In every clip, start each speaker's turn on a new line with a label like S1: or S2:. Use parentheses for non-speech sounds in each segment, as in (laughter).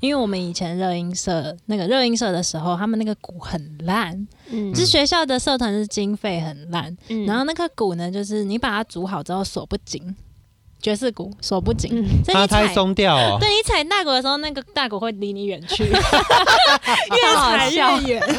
S1: 因为我们以前热音社那个热音社的时候，他们那个鼓很烂，
S2: 嗯
S1: 就是学校的社团是经费很烂，
S2: 嗯
S1: 然后那个鼓呢，就是你把它组好之后锁不紧，爵士鼓锁不紧，
S2: 嗯
S1: 所以
S3: 他
S1: 你
S3: 太
S1: 踩。
S3: 松掉哦。
S1: 对你踩大鼓的时候，那个大鼓会离你远 (laughs) 去，越
S2: 好
S1: 踩
S2: 笑
S1: 越远。 (laughs)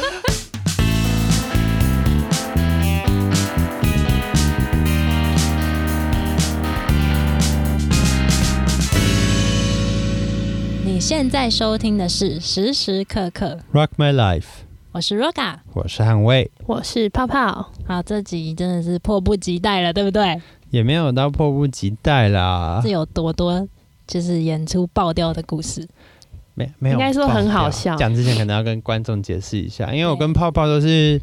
S1: 你现在收听的是《时时刻刻》，
S3: Rock my life，
S1: 我是 Roga。
S3: 我是汉卫，
S2: 我是泡泡，
S1: 好，这集真的是迫不及待了，对不对？
S3: 也没有到迫不及待啦
S1: 这，有多多就是演出爆掉的故事。
S3: 没没有，
S2: 应该说很好
S3: 爆掉
S2: 笑
S3: 讲之前可能要跟观众解释一下，因为我跟泡泡都是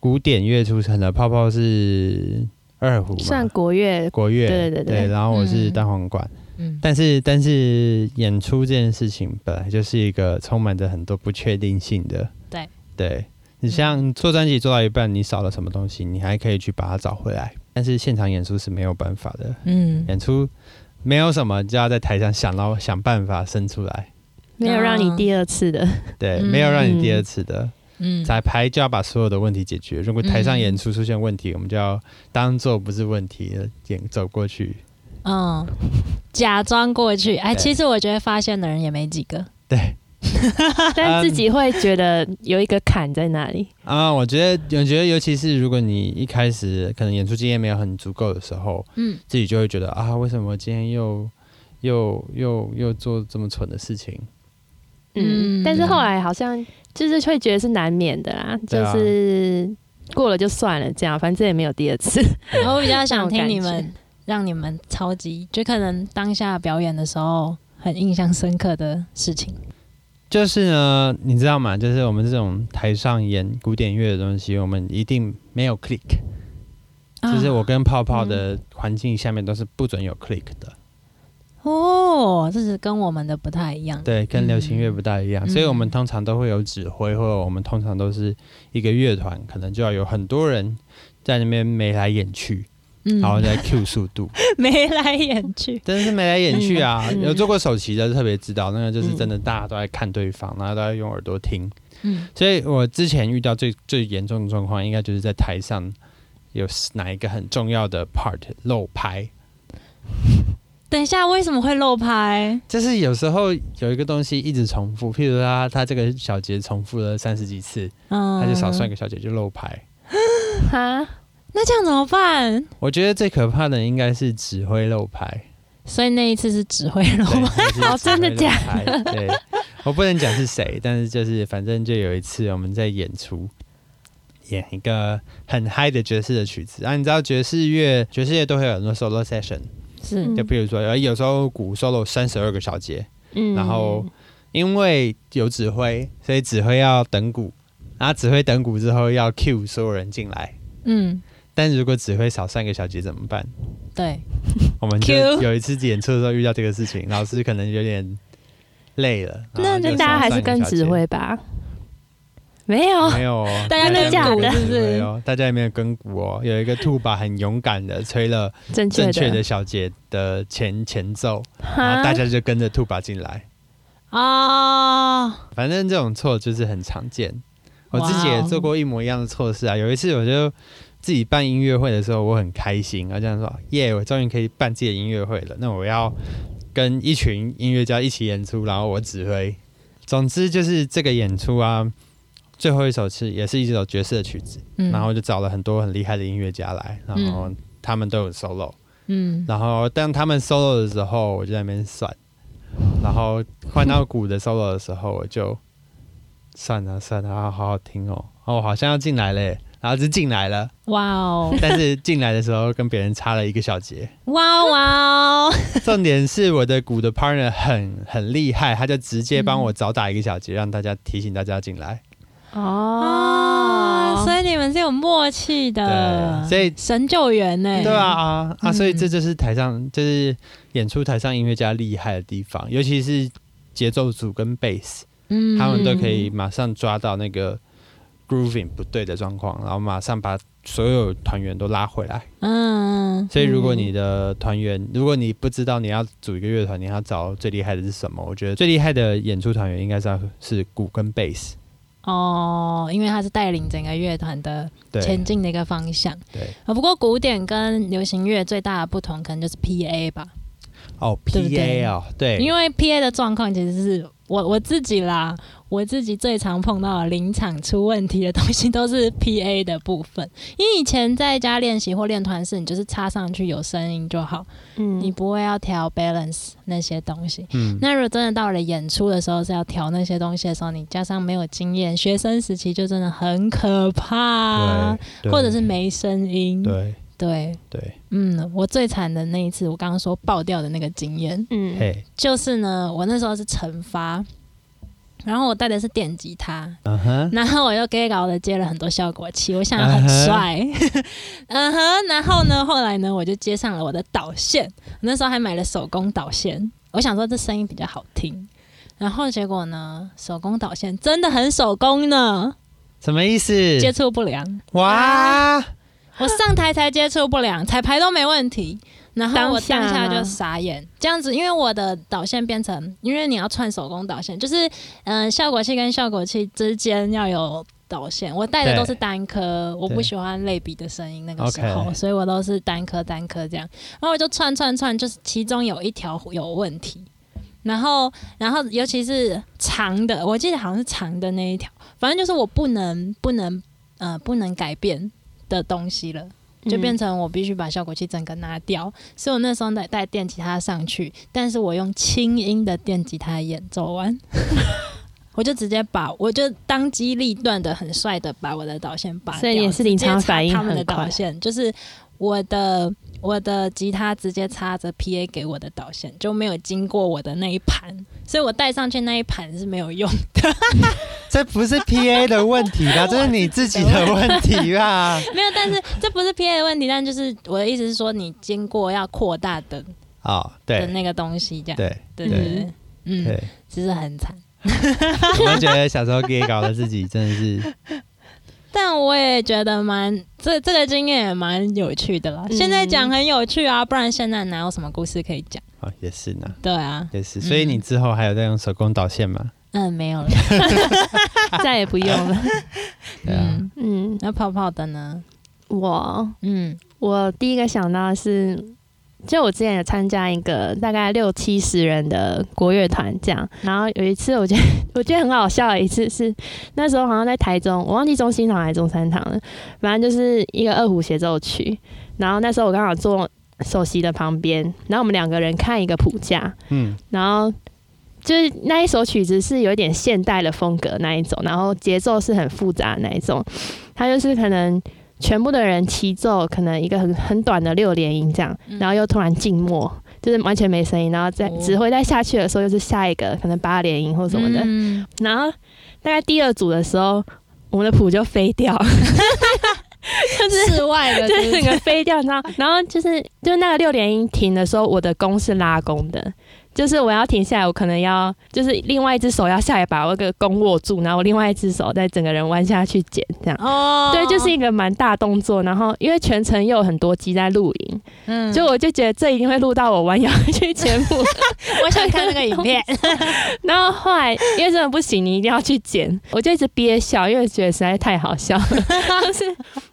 S3: 古典乐出身的，泡泡是二胡嘛，
S2: 算国乐，
S3: 国乐，
S2: 对对对对
S3: 然后我是
S1: 嗯
S3: 单簧管，
S1: 嗯，
S3: 但是但是演出这件事情本来就是一个充满着很多不确定性的，
S1: 对
S3: 对，你像做专辑做到一半，你少了什么东西，你还可以去把它找回来，但是现场演出是没有办法的，
S1: 嗯，
S3: 演出没有什么就要在台上想到想办法生出来，
S2: 没有让你第二次 (laughs) 的，
S3: 对，
S1: 嗯
S3: 没有让你第二次的，
S1: 嗯，
S3: 彩排就要把所有的问题解决，如果台上演出出现问题，我们就要当做不是问题，演走过去，
S1: 嗯，假装过去。哎，
S3: 对
S1: 其实我觉得发现的人也没几个。
S3: 对。嗯
S2: 但自己会觉得有一个坎在那里。
S3: 啊、我觉得，我觉得，尤其是如果你一开始可能演出经验没有很足够的时候，
S1: 嗯，
S3: 自己就会觉得啊，为什么今天又又又又做这么蠢的事情？
S1: 嗯
S2: 嗯，但是后来好像就是会觉得是难免的啦，
S3: 对
S2: 就
S3: 啊
S2: 是过了就算了，这样反正也没有第二次。
S1: 然后我比较想听你
S2: 那种
S1: 们，让你们超级，就可能当下表演的时候很印象深刻的事情。
S3: 就是呢，你知道吗？就是我们这种台上演古典乐的东西，我们一定没有 click，、就是
S1: 啊
S3: 我跟泡泡的环境下面都是不准有 click 的，
S1: 哦，这是跟我们的不太一样。
S3: 对，跟流行乐不大一样，
S1: 嗯
S3: 所以我们通常都会有指挥，或者我们通常都是一个乐团，可能就要有很多人在那边眉来眼去，
S1: 嗯
S3: 然后再 Q 速
S2: (laughs)
S3: 度。
S1: 眉来眼去。
S3: 真是眉来眼去啊！
S2: 嗯嗯
S3: 有做过首席的特别知道，那个就是
S2: 嗯
S3: 真的，大家都在看对方，然后都在用耳朵听。
S1: 嗯
S3: 所以我之前遇到最最严重的状况，应该就是在台上有哪一个很重要的 part 漏拍。
S1: 等一下，为什么会漏拍？
S3: 就是有时候有一个东西一直重复，譬如说啊他他这个小节重复了三十几次，
S1: 嗯，
S3: 他就少算一。个小节就漏拍。
S2: (laughs) 嗯哈，
S1: 那这样怎么办？
S3: 我觉得最可怕的应该是指挥漏拍。
S1: 所以那一次是指挥漏
S3: 对
S1: 拍。
S3: 就是
S2: 哦真的假
S3: 的？对，我不能讲是谁，但是就是反正就有一次我们在演出，演一个很嗨的爵士的曲子啊，你知道爵士乐，爵士乐都会有很多 solo session，
S1: 是，
S2: 嗯
S3: 就比如说呃有时候鼓 solo 三十二个小节，
S2: 嗯
S3: 然后因为有指挥，所以指挥要等鼓，然后指挥等鼓之后要 cue 所有人进来。
S1: 嗯，
S3: 但如果指挥少三个小节怎么办？
S1: 对，
S3: 我们就
S1: Cue
S3: 有一次演出的时候遇到这个事情，老师可能有点累了，
S2: 那
S3: 就
S2: 就大家还是跟指挥吧。没有，
S3: 没有哦，
S1: 大家
S2: 真的
S3: 没有跟
S2: 假的
S3: 指挥哦，大家也没有跟鼓哦，有一个兔爸很勇敢的吹了
S2: 正确
S3: 正
S2: 的，
S3: 确的小节的前前奏，然后
S2: 哈
S3: 大家就跟着兔爸进来。
S1: 啊、
S3: 反正这种错就是很常见，我自己也
S1: 哇哦
S3: 做过一模一样的错事啊。有一次我就自己办音乐会的时候，我很开心，我这样说：耶，我终于可以办自己的音乐会了。那我要跟一群音乐家一起演出，然后我指挥。总之就是这个演出啊，最后一首是也是一首爵士的曲子，
S1: 嗯
S3: 然后就找了很多很厉害的音乐家来，然后他们都有 solo。
S1: 嗯，
S3: 然后当他们 solo 的时候，我就在那边算，然后换到鼓的 solo 的时候，我就算了算了，好好好听哦，哦，好像要进来嘞，然后就进来了， (laughs)
S1: 哇哦，
S3: 但是进来的时候跟别人差了一个小节。
S1: 哇哦哇哦，
S3: 重点是我的鼓的 partner 很很厉害，他就直接帮我早打一个小节，让大家提醒大家进来。
S1: 啊，
S2: 哦，
S1: 所以你们是有默契的，
S3: 对所以
S1: 神救援呢、
S3: 对啊，啊啊！
S1: 嗯
S3: 所以这就是台上，就是演出台上音乐家厉害的地方，尤其是节奏组跟贝斯。
S1: 嗯
S3: 他们都可以马上抓到那个 grooving 不对的状况，然后马上把所有团员都拉回来。
S1: 嗯，
S3: 所以如果你的团员，如果你不知道你要组一个乐团，你要找最厉害的是什么？我觉得最厉害的演出团员应该是要是鼓跟贝斯。
S1: 哦，因为他是带领整个乐团的
S3: 对
S1: 前进的一个方向。
S3: 对，
S1: 啊，不过古典跟流行乐最大的不同可能就是 PA 吧，
S3: 哦
S1: 对不对
S3: ，PA 哦，对，
S1: 因为 PA 的状况其实是我我自己啦，我自己最常碰到的临场出问题的东西都是 PA 的部分。因为以前在家练习或练团式，你就是插上去有声音就好，
S2: 嗯，
S1: 你不会要调 balance 那些东西。
S3: 嗯，
S1: 那如果真的到了演出的时候是要调那些东西的时候，你加上没有经验，学生时期就真的很可怕，
S3: 对
S1: 或者是没声音。
S3: 对
S1: 对
S3: 对，
S1: 嗯，我最惨的那一次，我刚刚说爆掉的那个经验，
S2: 嗯
S3: 嘿，
S1: 就是呢，我那时候是惩罚，然后我带的是电吉他，
S3: 嗯 (laughs) 哼，
S1: 然后我又 gay 搞的接了很多效果器，我想很帅， (laughs) 嗯哼，然后呢，后来呢，我就接上了我的导线，那时候还买了手工导线，我想说这声音比较好听，然后结果呢，手工导线真的很手工呢，
S3: 什么意思？
S1: 接触不良，
S3: 哇，
S1: 我上台才接触不良，彩排都没问题。然后我
S2: 当下
S1: 当下就
S2: 吗
S1: 傻眼，这样子，因为我的导线变成，因为你要串手工导线，就是嗯、呃效果器跟效果器之间要有导线。我带的
S3: 对
S1: 都是单颗，我不
S3: 对
S1: 喜欢类比的声音，那个时候，
S3: OK
S1: 所以我都是单颗单颗这样。然后我就串串串，就是其中有一条有问题，然后然后尤其是长的，我记得好像是长的那一条，反正就是我不能不能呃不能改变的东西了。就
S2: 嗯
S1: 变成我必须把效果器整个拿掉，所以我那时候带带电吉他上去，但是我用轻音的电吉他演奏完， (laughs) 我就直接把我就当机立断的很帅的把我的导线拔掉，
S2: 所以也是临场反
S1: 直
S2: 应
S1: 接插他
S2: 很快
S1: 们的导线，就是我的我的吉他直接插着 PA 给我的导线，就没有经过我的那一盘，所以我带上去那一盘是没有用
S3: 这不是 PA 的问题
S1: (laughs)
S3: 吧？这是你自己的问题吧？
S1: 没有，但 (laughs) 是这不是 PA 的问题，但就是我的意思是说，你经过要扩大的
S3: 哦，
S1: 的
S3: 对
S1: 那个东西，这样
S3: 对
S1: 对对对，嗯，
S3: 对，
S1: 其实很惨。
S3: (laughs) 我觉得小时候 gay 搞的自己真
S2: (laughs)
S3: 的是，
S1: 但我也觉得蛮这这个经验也蛮有趣的啦。
S2: 嗯
S1: 现在讲很有趣啊，不然现在哪有什么故事可以讲？
S3: 哦，也是呢，
S1: 对啊，
S3: 也是。所以你之后还有在用手工导线吗？
S1: 嗯，没有了。
S2: 再也不用了。
S3: 对啊，
S1: 嗯，
S2: (laughs) 嗯，
S1: 那泡泡的呢？
S2: 我
S1: 嗯，
S2: 我第一个想到的是，就我之前有参加一个大概六七十人的国乐团这样，然后有一次我觉得我觉得很好笑的一次是那时候好像在台中，我忘记中心堂还是中山堂了，反正就是一个二胡协奏曲，然后那时候我刚好坐首席的旁边，然后我们两个人看一个谱架，
S3: 嗯，
S2: 然后。就是那一首曲子是有一点现代的风格那一种，然后节奏是很复杂的那一种，它就是可能全部的人齐奏，可能一个很很短的六连音这样，然后又突然静默，就是完全没声音，然后再
S1: 哦
S2: 指挥再下去的时候，又是下一个可能八连音或什么的，
S1: 嗯
S2: 然后大概第二组的时候，我们的谱就飞掉，
S1: 室外 (laughs) 的，
S2: 就是
S1: 对
S2: 整个飞掉，
S1: (laughs)
S2: 然后然后就是就是那个六连音停的时候，我的弓是拉弓的，就是我要停下来，我可能要就是另外一只手要下来把我个弓握住，然后我另外一只手再整个人弯下去捡这样。
S1: 哦， (laughs)
S2: 对，就是一个蛮大动作，然后因为全程又有很多集在录影，
S1: 嗯，
S2: 就我就觉得这一定会录到我弯腰去前部。
S1: 我想看那个影片，
S2: 然后后来因为真的不行，你一定要去剪，我就一直憋笑，因为觉得实在太好笑了。
S1: (laughs)
S2: 就是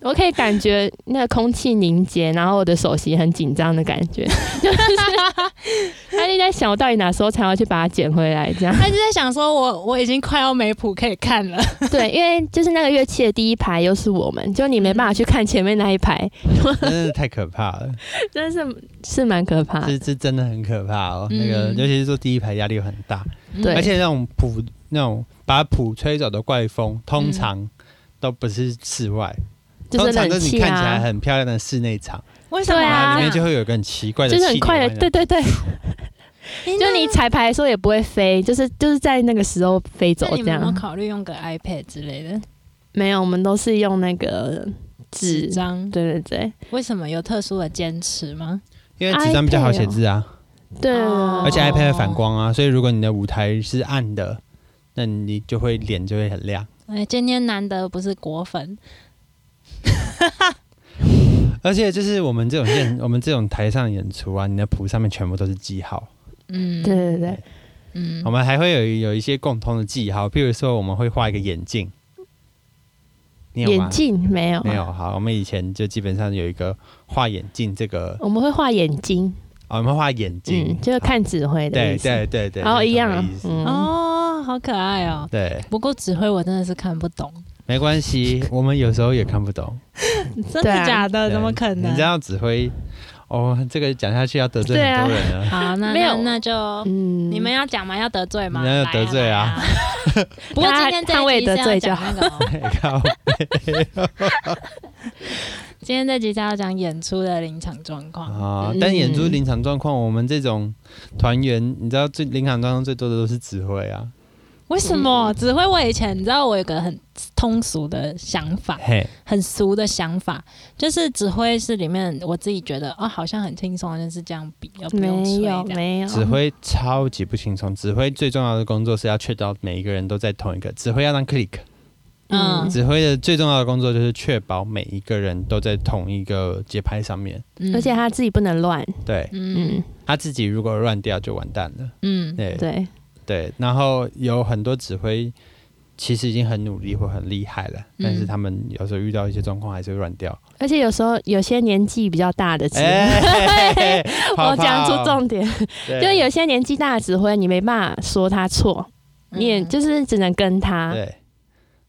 S2: 我可以感觉那个空气凝结，然后我的手心很紧张的感觉，就是他就在想我到底哪时候才要去把它捡回来
S1: (laughs)
S2: 这样。
S1: (laughs) 他就在想说我我已经快要没谱可以看了，
S2: 对，因为就是那个乐器的第一排又是我们，就你没办法去看前面那一排，
S3: 嗯真的是太可怕
S2: (laughs)
S3: 了，
S2: 真的是是蛮可怕的。
S3: 这这真的很可怕哦。
S1: 嗯
S3: 那个，尤其是坐第一排，压力很大，
S2: 对
S3: 而且那种谱那种把谱吹走的怪风，通常都不是室外，
S2: 嗯就是
S3: 通常
S2: 冷
S3: 都是你
S2: 气
S3: 看起来
S2: 啊，
S3: 很漂亮的室内场，
S1: 为什么
S2: 对
S1: 啊
S2: 啊
S3: 然后里面就会有一个很奇怪的
S2: 就是
S3: 气
S2: 很
S3: 流
S2: 快
S3: 往
S2: 的，
S3: 里面，
S2: 对对
S1: 哎
S2: 对，就你彩排的时候也不会飞，就是就是在那个时候飞走
S1: 那你
S2: 这
S1: 们有没有
S2: 样。
S1: 考虑用个 iPad 之类的
S2: 没有，我们都是用那个
S1: 纸
S2: 纸。
S1: 张？
S2: 对对对
S1: 为什么有特殊的坚持吗？
S3: 因为纸张比较好写字啊。
S2: 对，
S1: 哦
S3: 而且 iPad 会反光啊，所以如果你的舞台是暗的，那你就会脸就会很亮。
S1: 哎，今天难得不是果粉，
S3: 而且就是我们这种演， (laughs) 我们这种台上演出啊，你的谱上面全部都是记号，
S1: 嗯，
S2: 对，对对，
S1: 嗯
S3: 我，们还会有有一些共通的记号，譬如说我们会画一个眼镜，你有吗
S2: 眼？镜没有，
S3: 没有，，好，我们以前就基本上有一个画眼镜这个，
S2: 我们会画眼睛，
S3: 哦、我们画眼镜，
S2: 嗯，就是看指挥的
S3: 对
S2: 意思，
S3: 对对对，
S2: 然后一样
S3: 那
S2: 啊
S3: 种意，思
S2: 嗯，
S1: 哦，好可爱哦。
S3: 对，
S1: 不过指挥我真的是看不
S2: (laughs)
S1: 懂，
S3: 没关系，我们有时候也看不懂，
S1: 真
S2: 对
S1: 的
S2: 啊
S1: 假的？
S3: 对
S1: 怎么可能
S3: 你 (laughs) 知？道指挥，哦，这个讲下去要得罪
S2: 对啊
S3: 很多人啊。
S1: 好，那
S2: 没有
S1: 那那就
S2: 嗯
S1: 你们要讲吗？要得罪吗？
S3: 你要
S1: 来啊
S3: 得罪啊！
S1: 来不过今天这
S2: 他
S1: 一
S2: 为
S1: 集是
S2: 得
S1: 要
S2: 罪就
S1: 讲那个哦，
S2: (laughs)
S3: 啊 (laughs) 靠
S1: 今天这集是要讲演出的临场状况。
S3: 啊！
S2: 嗯
S3: 但演出临场状况，我们这种团员，你知道最临场状况最多的都是指挥啊。
S1: 为什
S2: 嗯
S1: 么指挥我以前你知道我有个很通俗的想
S3: (laughs)
S1: 法，
S3: 嘿，
S1: 很俗的想法，就是指挥是里面我自己觉得哦，好像很轻松，就是这样比，又不用
S2: 没
S1: 吹
S2: 有
S1: 这样。
S2: 没有
S3: 指挥超级不轻松。指挥最重要的工作是要确保每一个人都在同一个。指挥要当 click。
S1: 嗯
S3: 指挥的最重要的工作就是确保每一个人都在同一个节拍上面。
S1: 嗯
S2: 而且他自己不能乱，
S3: 对
S1: 嗯
S2: 嗯，
S3: 他自己如果乱掉就完蛋了。
S1: 嗯
S3: 对
S2: 对，
S3: 对，然后有很多指挥其实已经很努力或很厉害了，但是
S1: 嗯
S3: 他们有时候遇到一些状况还是会乱掉。
S2: 而且有时候有些年纪比较大的指挥，
S3: 哎，
S2: (laughs) 我讲出重点，
S3: 对，
S2: 就是有些年纪大的指挥，你没办法说他错，
S1: 嗯
S2: 你也就是只能跟他，
S3: 对。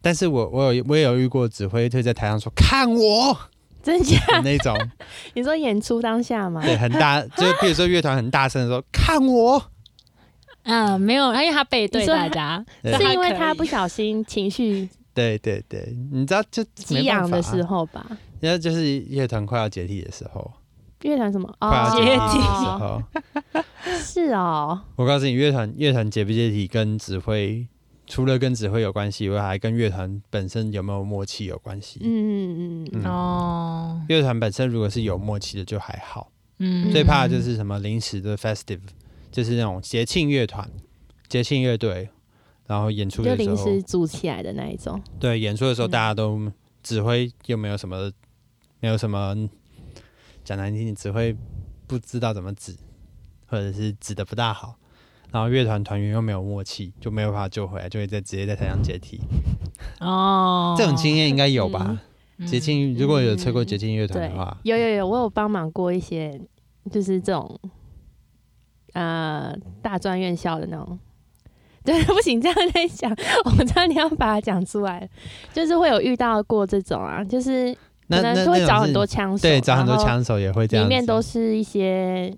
S3: 但是我我有我也有遇过指挥会在台上说看我
S2: 真假？
S3: 的那
S2: (laughs)
S3: 种，
S2: 你说演出当下嘛，
S3: 对，很大，就比如说乐团很大声的时候看我，
S1: 嗯，没有，因为他背对
S2: 你说
S1: 大家，
S3: 对
S2: 是因为
S1: 他
S2: 他
S1: 可以
S2: 不小心情绪
S3: 对对对，你知道就
S2: 激
S3: 没
S2: 昂
S3: 办法、
S2: 的时
S3: 啊，
S2: 候吧？
S3: 然后就是乐团快要解体的时候，
S2: 乐团什么？
S3: 快
S2: 哦，
S3: 要解体的时
S2: 哦
S3: 候，
S2: 是哦，
S3: 我告诉你，乐团乐团解不解体跟指挥除了跟指挥有关系以外，还跟乐团本身有没有默契有关系。
S2: 嗯嗯嗯
S3: 嗯
S1: 哦，
S3: 乐团本身如果是有默契的就还好。
S1: 嗯，
S3: 最怕的就是什么临时的 festive，就是那种节庆乐团、节庆乐队，然后演出
S2: 嗯，就
S3: 的时
S2: 临
S3: 候，
S2: 时组起来的那一种，
S3: 对演出的时候
S1: 嗯
S3: 大家都指挥又没有什么，没有什么讲难听，你指挥不知道怎么指，或者是指的不大好，然后乐团团员又没有默契，就没有办法救回来，就会在直接在台上解体。
S1: 哦，
S3: 这种经验应该有吧？
S1: 嗯
S3: 节庆如果有吹过节庆乐团
S2: 嗯对
S3: 的话，，
S2: 有有有，我有帮忙过一些，就是这种，呃，大专院校的那种。 (laughs) 对， (laughs) 不行，这样在讲， (laughs) 我知道你要把它讲出来，就是会有遇到过这种啊，就是
S3: 那
S2: 可
S3: 那
S2: 能就会
S3: 那种
S2: 找
S3: 是
S2: 很多枪手，
S3: 对找很多
S2: 然后
S3: 枪手也会这样
S2: 里
S3: 子，
S2: 面都是一些，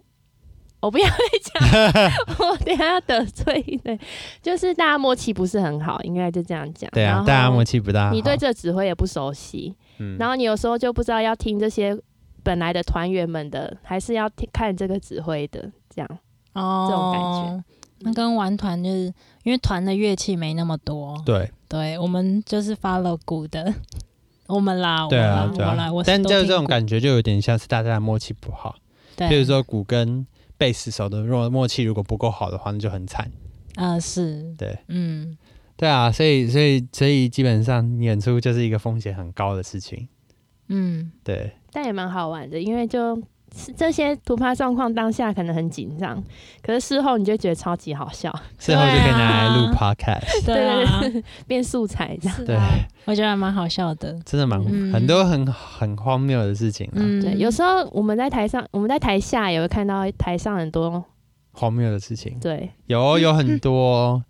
S2: 我不要再讲，我等一下要得罪对，就是大家默契不是很好，应该就这样讲。
S3: 对啊，大家默
S2: 契。
S3: 契不大好。
S2: 你对这指挥也不熟悉，
S3: 嗯
S2: 然后你有时候就不知道要听这些本来的团员们的，还是要听看这个指挥的这样。
S1: 哦
S2: 这种感
S1: 觉。那跟玩团就是因为团的乐器没那么多，
S3: 对
S1: 对我们就是 follow 鼓的， (laughs) 我们啦，
S3: 对啊
S1: 我
S3: 对
S1: 啦我
S3: 啊
S1: 啦，我，是
S3: 但
S1: 都
S3: 就
S1: 听
S3: 这种
S1: 鼓，
S3: 感觉就有点像是大家的默契不好，
S1: 对，
S3: 比如说鼓跟贝斯手的若默契如果不够好的话，那就很惨。
S1: 啊是，
S3: 对
S1: 嗯，
S3: 对啊，所以所以所以基本上演出就是一个风险很高的事情。
S1: 嗯 (laughs)
S3: 对
S2: 但也蛮好玩的，因为就是这些突发状况当下可能很紧张，可是事后你就觉得超级好笑，
S3: 事后就可以拿来录
S1: 对
S3: podcast。
S1: 对啊，
S2: 变素材这样。
S1: 是
S3: 对
S1: 啊，我觉得还蛮好笑的，
S3: 真的蛮、
S1: 嗯
S3: 很多很很荒谬的事情啊，
S1: 嗯，
S2: 对，有时候我们在台上，我们在台下也会看到台上很多
S3: 荒谬的事情
S2: 对，
S3: 有
S1: 嗯
S3: 有很多哦，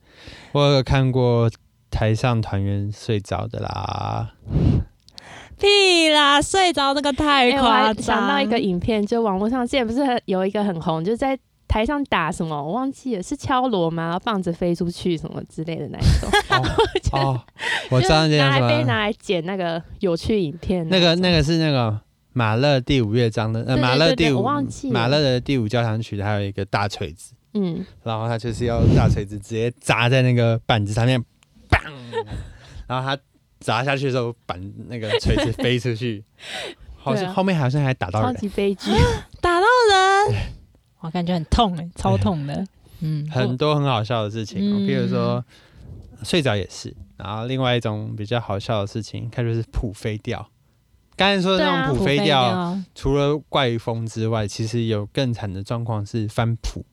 S3: 我有看过台上团员睡着的
S1: (laughs)
S3: 啦，
S1: 屁啦，睡着那个太
S2: 哎我
S1: 夸
S2: 还
S1: 张，
S2: 想到一个影片，就网络上之前不是很有一个很红，就是在台上打什么，我忘记了是敲锣吗？然后棒子飞出去什么之类的那一种。
S3: 哦，哦 (laughs) 我知道那
S2: 就是拿
S3: 叫什
S2: 来被
S3: 么。
S2: 拿来剪那个有趣影片
S3: 那个
S2: 种
S3: 那个是那个马勒第五乐章的，呃，
S2: 嗯对对
S3: 马勒
S2: 对对
S3: 第五
S2: 我忘记了
S3: 马勒的第五交响曲，还有一个大锤子，
S2: 嗯，
S3: 然后他就是要大锤子直接砸在那个板子上面，砰！
S2: (laughs)
S3: 然后他砸下去的时候，板那个锤子飞
S2: (laughs)
S3: 出去，好像、
S2: 对啊
S3: 后面好像还打到
S2: 超
S3: 人，
S2: 级悲剧。
S1: 打到人，我感觉很痛哎，超痛的，嗯，
S3: 很多很好笑的事情、哦，
S1: 嗯
S3: 比如说睡着也是。然后另外一种比较好笑的事情，它就是谱飞掉，刚才说的
S1: 对
S3: 那
S1: 啊，
S3: 种
S1: 谱
S3: 谱飞调，
S1: 调，
S3: 除了怪风之外，其实有更惨的状况是翻谱。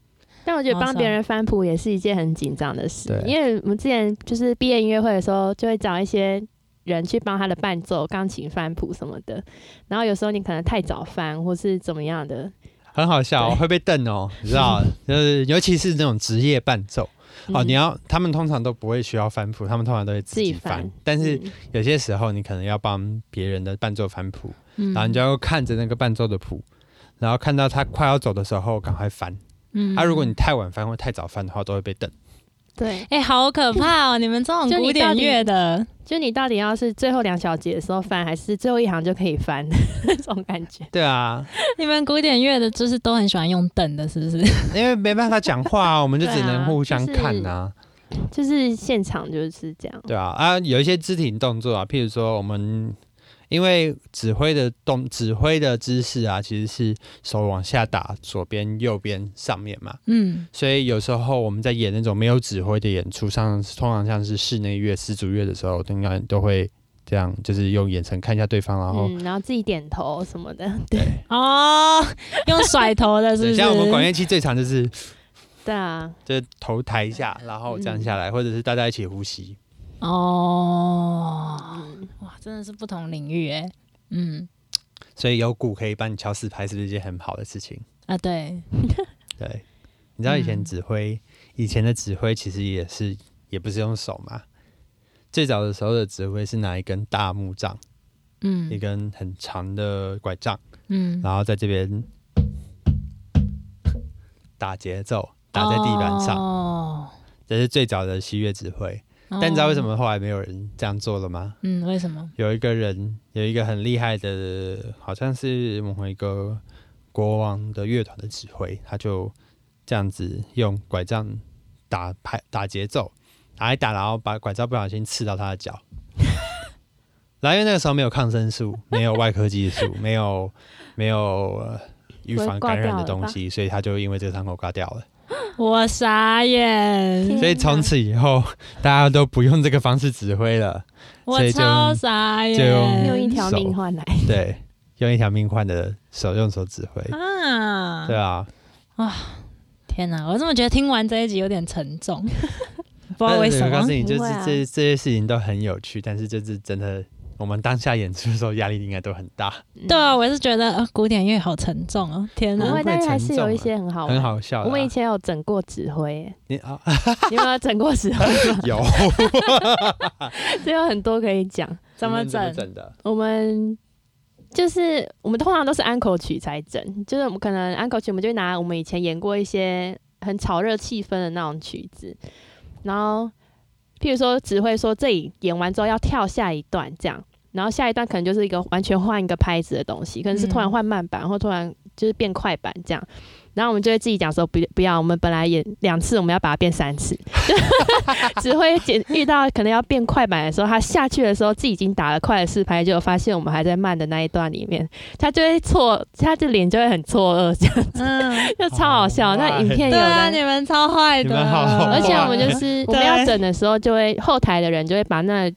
S2: 但我觉得
S1: 哦
S2: 帮
S1: 是
S2: 别
S1: 啊
S2: 人翻谱也是一件很紧张的事，
S3: 对
S2: 因为我们之前就是毕业音乐会的时候，就会找一些人去帮他的伴奏、钢琴翻谱什么的。然后有时候你可能太早翻，或是怎么样的，
S3: 很好笑、哦，
S2: 对
S3: 会被瞪
S2: (laughs)
S3: 哦，你知道，就是尤其是那种职业伴奏哦，
S2: 嗯
S3: 你要他们通常都不会需要翻谱，他们通常都会自
S2: 自己
S3: 己翻，
S2: 翻
S3: 但是
S2: 嗯
S3: 有些时候你可能要帮别人的伴奏翻谱，
S1: 嗯
S3: 然后你就要看着那个伴奏的谱，然后看到他快要走的时候赶快翻。
S1: 嗯
S3: 啊，如果你太晚翻或太早翻的话，都会被瞪。
S2: 对，
S1: 哎、好可怕哦！你们这种
S2: 就你
S1: 古典
S2: 到底
S1: 乐的，
S2: 就你到底要是最后两小节的时候翻，还是最后一行就可以翻 (laughs) 那种感觉？
S3: 对啊，
S1: 你们古典乐的就是都很喜欢用等的，是不是？
S3: (laughs) 因为没办法讲话、啊，我们就只
S2: 对
S3: 能
S2: 啊
S3: 互相
S2: 就是
S3: 看呐、
S2: 就是现场就是这样。
S3: 对啊，啊，有一些肢体动作啊，譬如说我们因为指挥的动指挥的姿势啊，其实是手往下打，左边、右边、上面嘛，
S1: 嗯，
S3: (laughs) 所以有时候我们在演那种没有指挥的演出上，通常像是室内乐、丝竹乐的时候，应该都会这样，就是用眼神看一下对方，然后。
S2: 嗯，然后自己点头什么的，
S1: 哦，用甩头的，是不
S3: 对，
S1: 是？
S3: 像我们管乐器最常就是
S2: 对啊，
S3: 就是头抬一下，然后这样下来，或者是大家一起呼吸。
S1: 哦，
S2: 嗯
S1: 哇，真的是不同领域哎。嗯
S3: 所以有鼓可以帮你敲四拍，是不是一件很好的事情？
S1: 啊，对，
S3: 对，你知道以前
S1: 嗯
S3: 指挥，以前的指挥其实也是也不是用手嘛。最早的时候的指挥是拿一根大木杖，一
S1: 嗯
S3: 根很长的拐杖，
S1: 嗯，
S3: 然后在这边打节奏，打在地板上。
S1: 哦，
S3: 这是最早的西乐指挥。
S1: 但
S3: 但你知道为什？么后来没有人这样做了吗？
S1: 嗯，为什么？
S3: 有一个人，有一个很厉害的，好像是某一个国王的乐团的指挥，他就这样子用拐杖打拍打节奏，打一打，然后把拐杖不小心刺到他的脚。 (laughs) 然后因为那个时候没有抗生素，
S2: (laughs)
S3: 没有外科技术，没有没有、呃预
S2: 不会
S3: 防
S2: 挂
S3: 感染
S2: 掉
S3: 的
S2: 了
S3: 东
S2: 吧
S3: 西，所以他就因为这个伤口挂掉了。
S1: 我傻眼，
S3: 所以从此以后，大家都不用这个方式指挥了。所
S1: 我
S3: 以就
S1: 超傻
S3: 就用
S1: 眼，
S2: 用一
S3: 哦
S2: 条命换来，
S3: 对，用一条命换的手用手指挥。
S2: 嗯
S1: 啊
S3: 对啊，
S1: 天哪，我怎么觉得听完这一集有点沉
S3: (laughs)
S1: 重？不知道为什
S3: 但是我告
S1: 么
S3: 诉。你，就是
S2: 不会啊
S3: 这这些事情都很有趣，但是就是真的，我们当下演出的时候压力应该都很大，
S2: 嗯
S1: 对啊，我是觉得、呃、古典乐好沉重哦，天
S2: 不
S1: 哪！
S2: 会，但是还是有一
S3: 沉重啊
S2: 些很好玩
S3: 很。好笑的啊。
S2: 哦我们以前有整过指挥耶，
S3: 你
S2: (laughs)
S3: 啊
S2: 你有没有整过指挥？
S3: 有
S2: 这有很多可以讲。
S1: 怎
S3: (laughs)
S1: 么整
S3: 你们整的？
S2: 我们就是我们通常都是安口曲才整，就是我们可能安口曲，我们就会拿我们以前演过一些很炒热气氛的那种曲子，然后譬如说只会说这里演完之后要跳下一段这样。然后下一段可能就是一个完全换一个拍子的东西，可能是突然换慢板，或突然就是变快板这样。然后我们就会自己讲说不不要，我们本来演两次，我们要把它变三次。 (laughs) 只会检遇到可能要变快板的时候，他下去的时候自己已经打了快的四拍，结果发现我们还在慢的那一段里面，他就会错，他的脸就会很错愕，这样
S1: (laughs) 嗯，
S2: 就超好笑。
S3: 好坏
S2: 那影片有
S1: 对啊，
S2: 的，
S1: 你们超坏
S3: 你
S1: 的，
S3: 们好坏
S2: 而且我们就是我
S3: 嗯对
S2: 们要整的时候，就会后台的人就会把那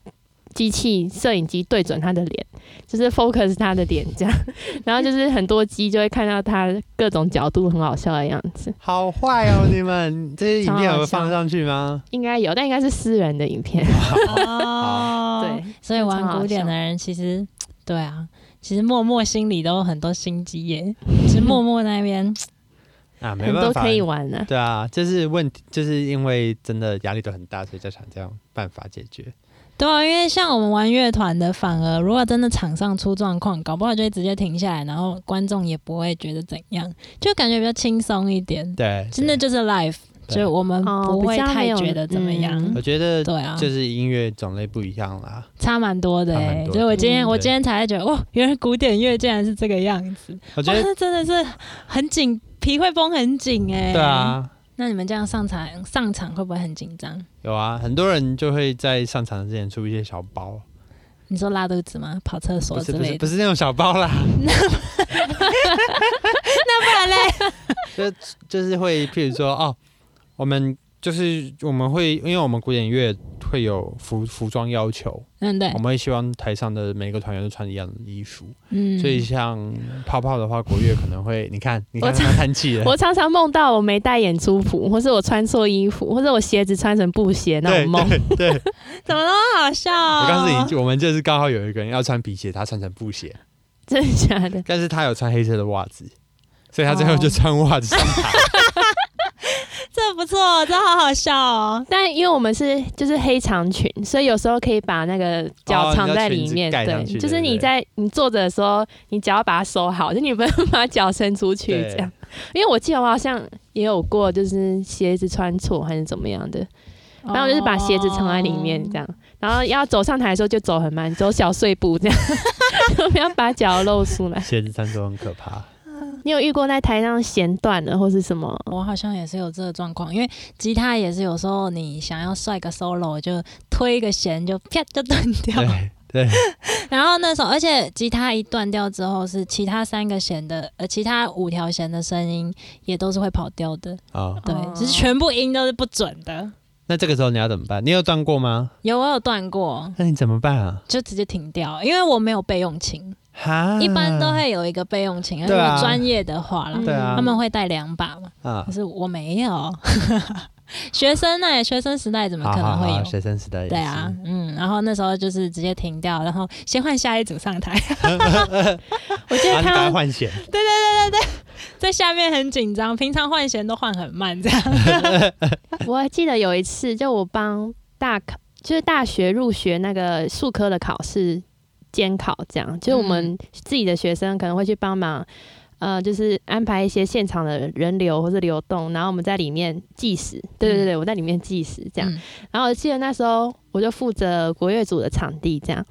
S2: 机器摄影机对准他的脸，就是 focus 他的脸这样， (laughs) 然后就是很多机就会看到他各种角度很好笑的样子，
S3: 好坏哦，你们这些影片有没有
S2: 超好
S3: 放
S2: 笑
S3: 上去吗？
S2: 应该有，但应该是私人的影片，
S1: (laughs) 哦，
S2: 对，
S1: 所以玩古典的人其实，对啊，其实默默心里都有很多心机耶，只是默默那边， (laughs)
S3: 啊，没
S2: 很
S3: 办
S2: 多
S3: 法，
S2: 可以玩呢、
S3: 对啊，就是问题，就是因为真的压力都很大，所以才想这样办法解决。
S1: 对啊，因为像我们玩乐团的，反而如果真的场上出状况，搞不好就会直接停下来，然后观众也不会觉得怎样，就感觉比较轻松一点。
S3: 对，
S1: 真的就是 life，
S3: 对
S1: 所以我们
S2: 哦
S1: 不会
S2: 比较没
S1: 太
S2: 有
S1: 觉得怎么样。
S2: 嗯
S3: 我觉得
S1: 对啊，
S3: 就是音乐种类不一样啦。
S1: 差蛮多的
S3: 差
S1: 哎、
S3: 蛮多
S1: 所以我今天、
S2: 嗯
S1: 我
S3: 对
S1: 今天才觉得，哇，原来古典乐竟然是这个样子，
S3: 我觉
S2: 哦
S1: 哇，
S3: 得
S1: 那真的是很紧，皮会绷很紧哎、
S3: 对啊，
S1: 那你们这样上场上场会不会很紧张？
S3: 有啊，很多人就会在上场之前出一些小包，
S1: 你说拉肚子吗？跑厕所
S3: 不
S1: 之
S3: 是不
S1: 类
S3: 是不
S1: 的？
S3: 是那种小包啦， (laughs)
S1: 不然嘞？
S3: 就是会譬如说哦，我们就是我们会，因为我们古典乐会有服服装要求，
S1: 嗯对
S3: 我，们会希望台上的每个团员都穿一样的衣服。
S1: 嗯，
S3: 所以像泡泡的话，国乐可能会，
S1: (laughs)
S3: 你看，你看
S2: 我
S3: 他叹气了，
S2: 我常常梦到我没带演出服，或是我穿错衣服，或者我鞋子穿成布鞋那
S3: 对
S2: 种梦。 (laughs)
S3: 对对，
S1: 怎么那么好笑、哦？
S3: 我告诉你，就我们就是刚好有一个人要穿皮鞋，他穿成布鞋，
S2: 真的假的？
S3: 但是他有穿黑色的袜子，所以他最
S1: 哦
S3: 后就穿袜子上台。
S1: (laughs) 这不错，这好好笑哦。
S2: 但因为我们是就是黑长裙，所以有时候可以把那个脚藏在里面，
S3: 哦你知道裙子盖上去
S2: 对，
S3: 对
S2: 就是你在你坐着的时候，你脚要把它收好，就你不能把脚伸出去
S3: 对
S2: 这样。因为我记得我好像也有过，就是鞋子穿错还是怎么样的，
S1: 然
S2: 然后我就是把鞋子藏在里面这样，然后要走上台的时候就走很慢，走小碎步这样， (laughs) 就不要把脚露出来。 (laughs)
S3: 鞋子穿着很可
S1: (laughs)
S3: 怕，
S2: 你有遇过在台上弦断了或是什么？
S1: 我好像也是有这个状况，因为吉他也是有时候你想要帅个 solo，就推一个弦就啪就断掉。
S3: 对对，
S1: 然后那时候，而且吉他一断掉之后，是其他三个弦的，呃，其他五条弦的声音也都是会跑调的。
S3: 啊，
S1: 对，
S2: 哦
S1: 只是全部音都是不准的。
S3: 那这个时候你要怎么办？你有断过吗？
S1: 有我有断过，
S3: 那你怎么办啊？
S1: 就直接停掉，因为我没有备用琴，
S3: 哈，
S1: 一般都会有一个备用琴，如
S3: 嗯对啊
S1: 果专业的话啦，
S2: 嗯
S3: 对啊，
S1: 他们会带两把嘛，
S3: 啊
S1: 可，是我没有。 (laughs) 学生呢、学生时代怎么
S3: 好
S1: 可
S3: 好
S1: 能会有？
S3: 好，学生时代也
S1: 对啊
S3: 是，，
S1: 嗯，然后那时候就是直接停掉，然后先换下一组上台， (laughs)
S2: 我记得
S3: 啊
S2: 看
S3: 你赶快
S2: 到
S3: 换鞋，
S1: 在下面很紧张，平常换弦都换很慢，这样。
S2: (laughs) 我还记得有一次，就我帮大考，就是大学入学那个数科的考试监考，这样，就是我们自己的学生可能会去帮忙，呃，就是安排一些现场的人流或是流动，然后我们在里面计时。对对对对，我在里面计时这样。
S1: 嗯
S2: 然后我记得那时候我就负责国乐组的场地这样，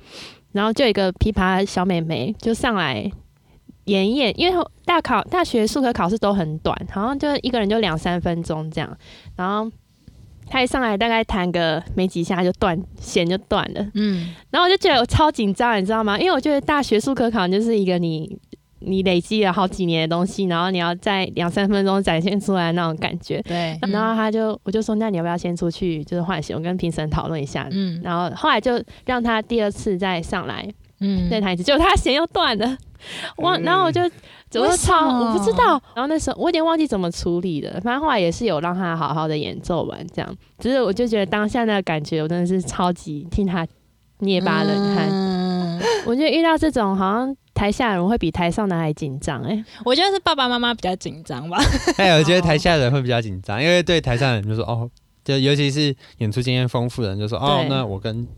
S2: 然后就有一个琵琶小妹妹就上来演一演，因为大考大学数科考试都很短，好像就一个人就两三分钟这样，然后。她一上来大概弹个没几下就断弦就断了，
S1: 嗯，
S2: 然后我就觉得我超紧张，你知道吗？因为我觉得大学数科考就是一个你你累积了好几年的东西，然后你要在两三分钟展现出来那种感觉，
S1: 对，
S2: 然后他就我就说，那你要不要先出去，就是换血，我跟评审讨论一下。
S1: 嗯
S2: 然后后来就让他第二次再上来
S1: 嗯
S2: 再弹一次，结果他弦又
S1: (laughs)
S2: 断了，忘，然后我就我就
S1: 为什
S2: 超
S1: 么
S2: 我不知道，然后那时候我有点忘记怎么处理了，反正后来也是有让他好好的演奏完这样，只是我就觉得当下那个感觉，我真的是超级替他捏巴冷汗。
S1: 嗯
S2: 我觉得遇到这种好像台下人会比台上的还紧张哎、
S1: 我觉得是爸爸妈妈比较紧张吧。
S3: 哎，我觉得台下人会比较紧张，因为对台上人就说哦，就尤其是演出经验丰富的人就说哦
S2: 对，
S3: 那我跟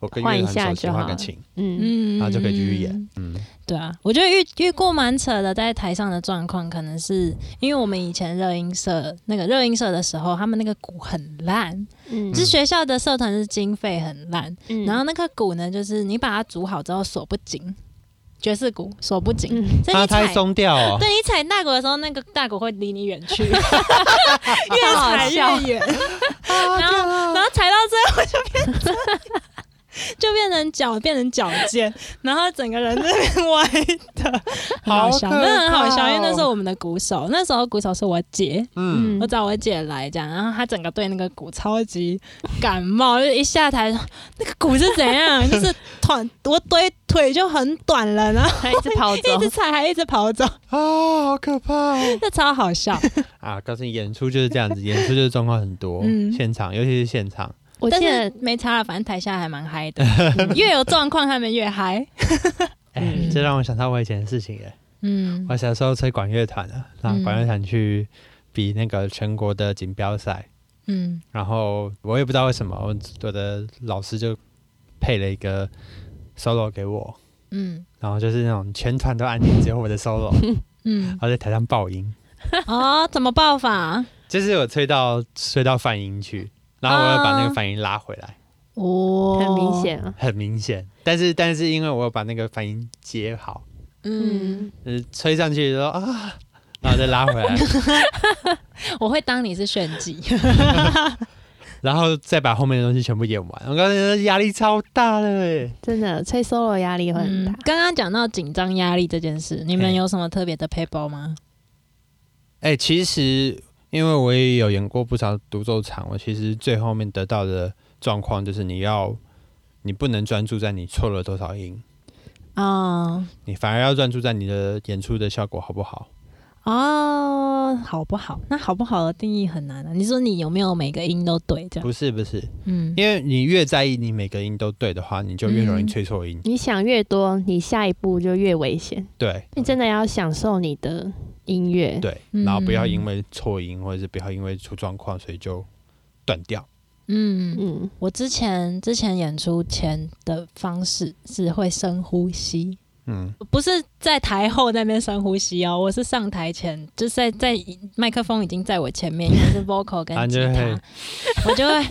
S3: 我跟
S2: 换
S3: 乐
S2: 一
S3: 团
S2: 下
S3: 手机
S2: 就
S3: 换
S2: 好
S3: 个琴，
S2: 嗯，
S1: 嗯，
S3: 然后就可以继续演。。嗯，
S1: 对啊，我觉得遇遇过蛮扯的，在台上的状况，可能是因为我们以前热音社那个热音社的时候，他们那个鼓很烂，
S2: 嗯
S1: 就是学校的社团是经费很烂，
S2: 嗯
S1: 然后那个鼓呢，就是你把它组好之后锁不紧，爵士鼓锁不紧，
S2: 嗯
S1: 所以你
S3: 它
S1: 踩
S3: 太。松掉哦。
S1: 对你踩大鼓的时候，那个大鼓会离你远去， (laughs) 越
S2: 好好
S1: 踩
S2: 笑
S1: 越远，
S3: 啊
S1: 然后然后踩到最后 (laughs) 就变成就变成脚变成脚尖，然后整个人这边歪的， (laughs) 很好笑，
S3: 好可怕哦
S1: 那很好笑，因为那时候我们的鼓手，那时候鼓手是我姐，
S3: 嗯，
S1: 我找我姐来这样，然后她整个对那个鼓超级感冒，就一下台那个鼓是怎样，就是团我腿腿就很短了，然后
S2: 他一直
S1: (laughs)
S2: 跑
S1: 一
S2: 走
S1: 直，踩还一直跑走，
S3: 啊，好可怕哦！
S1: 这超好笑。
S3: 啊，告诉你，演出就是这样子，演出就是状况很多，
S1: 嗯
S3: 现场尤其是现场，
S2: 我
S1: 但
S2: 记得
S1: 是没差了，反正台下还蛮嗨
S2: (laughs)
S1: 的，嗯越有状况他们越嗨。
S3: 哎
S1: 嗯，
S3: 这让我想到我以前的事情哎耶。
S1: 嗯
S3: 我小时候吹管乐团啊，然后管乐团去比那个全国的锦标赛，
S1: 嗯
S3: 然后我也不知道为什么，我我的老师就配了一个 solo 给我，
S1: 嗯
S3: 然后就是那种全团都安静，只有我的 solo，
S1: 嗯
S2: (laughs)
S3: 然，后在台上爆音，
S1: 哦，怎么爆法？
S3: 就是有吹到吹到泛音去，然后我又把那
S1: 啊
S3: 个泛音拉回来，
S1: 哦
S2: 很明。显啊。
S3: 很明显，但是但是因为我有把那个泛音接好，
S1: 嗯，
S3: 呃，吹上去说啊，然后再拉回来，
S1: 我会当你是炫技。
S3: 然后再把后面的东西全部演完。我刚才压力超大的哎，
S2: 真的吹 solo 压力会很大。
S1: 嗯，刚刚讲到紧张压力这件事，你们有什么特别的 paper 吗？
S3: 哎、其实因为我也有演过不少独奏场，我其实最后面得到的状况，就是你要你不能专注在你错了多少音，
S2: 哦
S1: 啊
S3: 你反而要专注在你的演出的效果好不好？
S1: 哦，好不好？那好不好的定义很难啊。你说你有没有每个音都对这样？
S3: 不是不是，
S1: 嗯，
S3: 因为你越在意你每个音都对的话，你就越容易
S1: 嗯
S3: 吹错音。
S2: 你想越多，你下一步就越危险。
S3: 对
S2: 你真的要享受你的音乐。
S3: 对，
S1: 嗯
S3: 然后不要因为错音或者是不要因为出状况，所以就断掉。
S1: 嗯，
S2: 嗯，
S1: 我之前之前演出前的方式是会深呼吸，
S3: 嗯，
S1: 不是在台后那边深呼吸哦，我是上台前，就是在在麦克风已经在我前面，应该
S3: (laughs)
S1: 是 vocal 跟
S3: 啊你
S1: 吉
S3: 就
S1: 他，
S3: 会
S1: 我就会。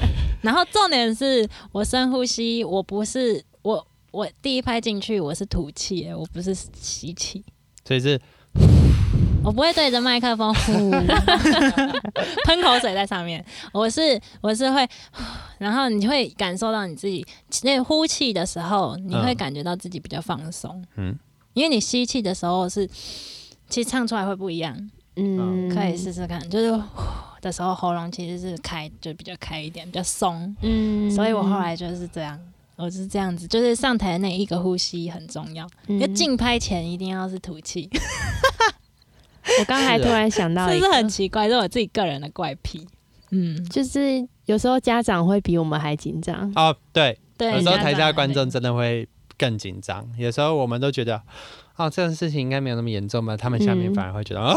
S1: (laughs) 然后重点是我深呼吸，我不是我我第一拍进去我是吐气，我不是吸气，
S3: 所以是
S1: 我不会对着麦克风呼喷口水在上面，我是我是会，然后你会感受到你自己那呼气的时候，你会
S3: 嗯
S1: 感觉到自己比较放松，
S3: 嗯
S1: 因为你吸气的时候是，其实唱出来会不一样，
S2: 嗯，
S1: 可以试试看，就是的时候喉咙其实是开就比较开一点，比较松，
S2: 嗯，
S1: 所以我后来就是这样。我是这样子，就是上台那一个呼吸很重要，
S2: 嗯
S1: 因为竞拍前一定要是吐气，
S2: 我刚才
S3: 是
S2: 突
S3: 的
S2: 然想到
S1: 是
S2: 一
S1: 不
S2: 个，
S1: 是很奇怪？这是我自己个人的怪癖。嗯，
S2: 就是有时候家长会比我们还紧张。
S3: 哦，对，
S1: 对。
S3: 有时候
S1: 家长
S3: 台下
S1: 的
S3: 观
S1: 那
S3: 众
S1: 个
S3: 真的会更紧张，有时候我们都觉得，哦，这种事情应该没有那么严重吧，他们下面
S2: 嗯
S3: 反而会觉得，啊，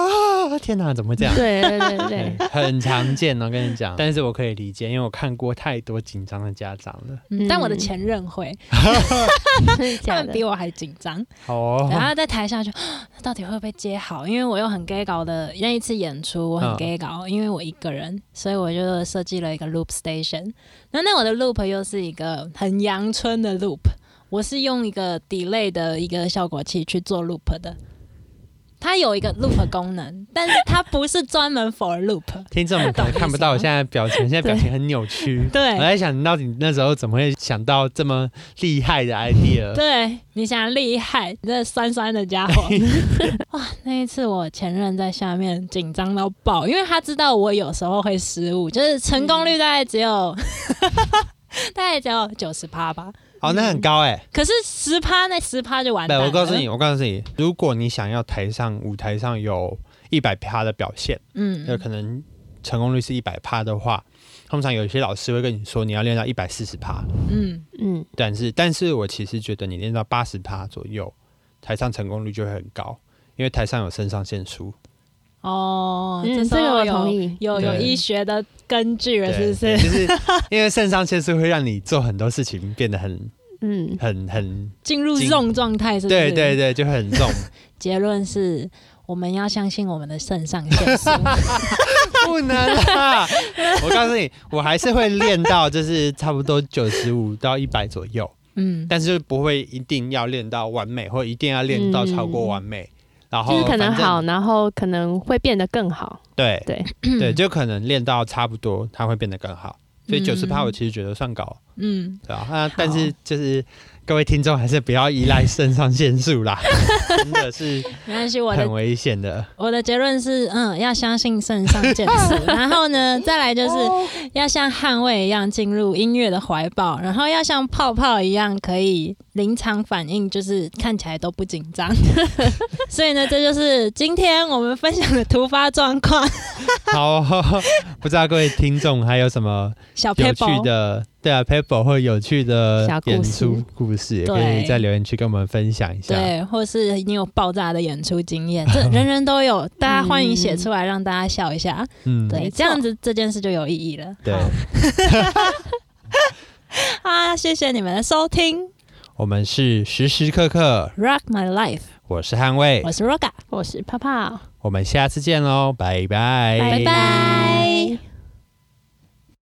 S3: 天哪，怎么会这样？
S2: 对
S1: (laughs)
S2: 对对对，
S3: 对，很常见哦，我跟你讲，但是我可以理解，因为我看过太多紧张的家长了。
S1: 嗯但我的
S2: 嗯
S1: 前任会，
S2: 真的
S1: 他
S2: 假
S1: 们
S2: 的
S1: 比？我还紧张，
S3: 好哦，
S1: 然后在台下就到底会不会接好？因为我又很 gay 搞的那一次演出，我很
S3: 嗯
S1: gay 搞，因为我一个人，所以我就设计了一个 loop station。那那我的 loop 又是一个很阳春的 loop，我是用一个 delay 的一个效果器去做 loop 的。它有一个 loop 功能，但是它不是专门 for loop。
S3: 听众们可能看不到我
S1: 懂意思吗哦
S3: 现在的表情，现在表情很扭
S1: (laughs)
S3: 曲。
S1: 对
S3: 我在想到底那时候怎么会想到这么厉害的 (laughs) idea？
S1: 对，你想厉害，你这酸酸的家伙。哇，那一次我前任在下面紧张到爆，因为他知道我有时候会失误，就是成功率大概只有、 (laughs) 大概只有九十趴吧。
S3: 哦，那很高哎、
S1: 可是十趴那十趴就完
S3: 不，
S1: 蛋了。
S3: 我告诉你，，我告诉你，如果你想要台上舞台上有一百趴的表现，有
S1: 嗯，
S3: 可能成功率是一百趴的话，通常有一些老师会跟你说你要练到一百四十趴，
S1: 嗯，
S2: 嗯，
S3: 但是但是我其实觉得你练到八十趴左右，台上成功率就会很高，因为台上有肾上腺素。
S1: 哦，
S2: 嗯
S1: 这
S2: 这个我
S1: 时候
S2: 同
S1: 有。
S2: 意。
S1: 有有
S3: 对
S1: 医学的根据了，是
S3: 对，
S1: 不是？
S3: 就是
S1: (laughs)
S3: 因为肾上腺素会让你做很多事情变得很
S2: 嗯，
S3: 很很，
S1: 进入这
S3: 进
S1: 种状态，是不是？
S3: 对对对，就很
S1: (laughs)
S3: 重。
S1: 结论是，我们要相信我们的肾上腺
S3: (laughs)
S1: 素。
S3: 不能啊！我告诉你，我还是会练到就是差不多九十五到一百左右，
S1: 嗯，
S3: 但是不会一定要练到完美，或一定要练到超过完美。然后
S2: 嗯就是可能
S3: 反正
S2: 好，，然后可能会变得更好。
S3: 对
S2: 对，
S3: 对，就可能练到差不多，它会变得更好。
S2: 嗯
S3: 所以九十趴我其实觉得算高，
S1: 嗯。
S3: 对吧、啊？但是就是各位听众还是不要依赖肾上腺素
S2: (laughs)
S3: 啦，真的是
S1: 没关系，我的
S3: 很危险的。
S1: 我的结论是，嗯，要相信肾上腺素，
S2: (laughs)
S1: 然后呢，再来
S2: 哦
S1: 就是要像捍卫一样进入音乐的怀抱，然后要像泡泡一样可以临场反应，就是看起来都不紧
S2: (laughs)
S1: 张。所以呢，这就是今天我们分享的突发状况
S3: 好、 (laughs) 不知道各位听众还有什
S2: (laughs)
S3: 么
S1: 小 p
S3: 有
S1: a p
S3: 趣
S1: e
S3: 的，对啊，paper 或有趣的
S2: 小故
S3: 演
S2: 事
S3: 出故事，也可以
S1: 对
S3: 在留言区跟我们分享一下。
S1: 对，或是你有爆炸的演出经
S3: (laughs)
S1: 验，这人人都有，大家欢迎写出来让大家笑一下。
S3: 嗯，
S1: 对，
S2: 没错
S1: 这样子这件事就有意义了。
S3: 对
S1: 好啊，谢谢你们的收听
S3: 我们是时时刻刻，
S1: ，Rock My Life，
S3: 我是汉卫
S1: 我，是 Roga。
S2: 我是泡泡，
S3: 我们下次见喽，拜拜，
S1: 拜拜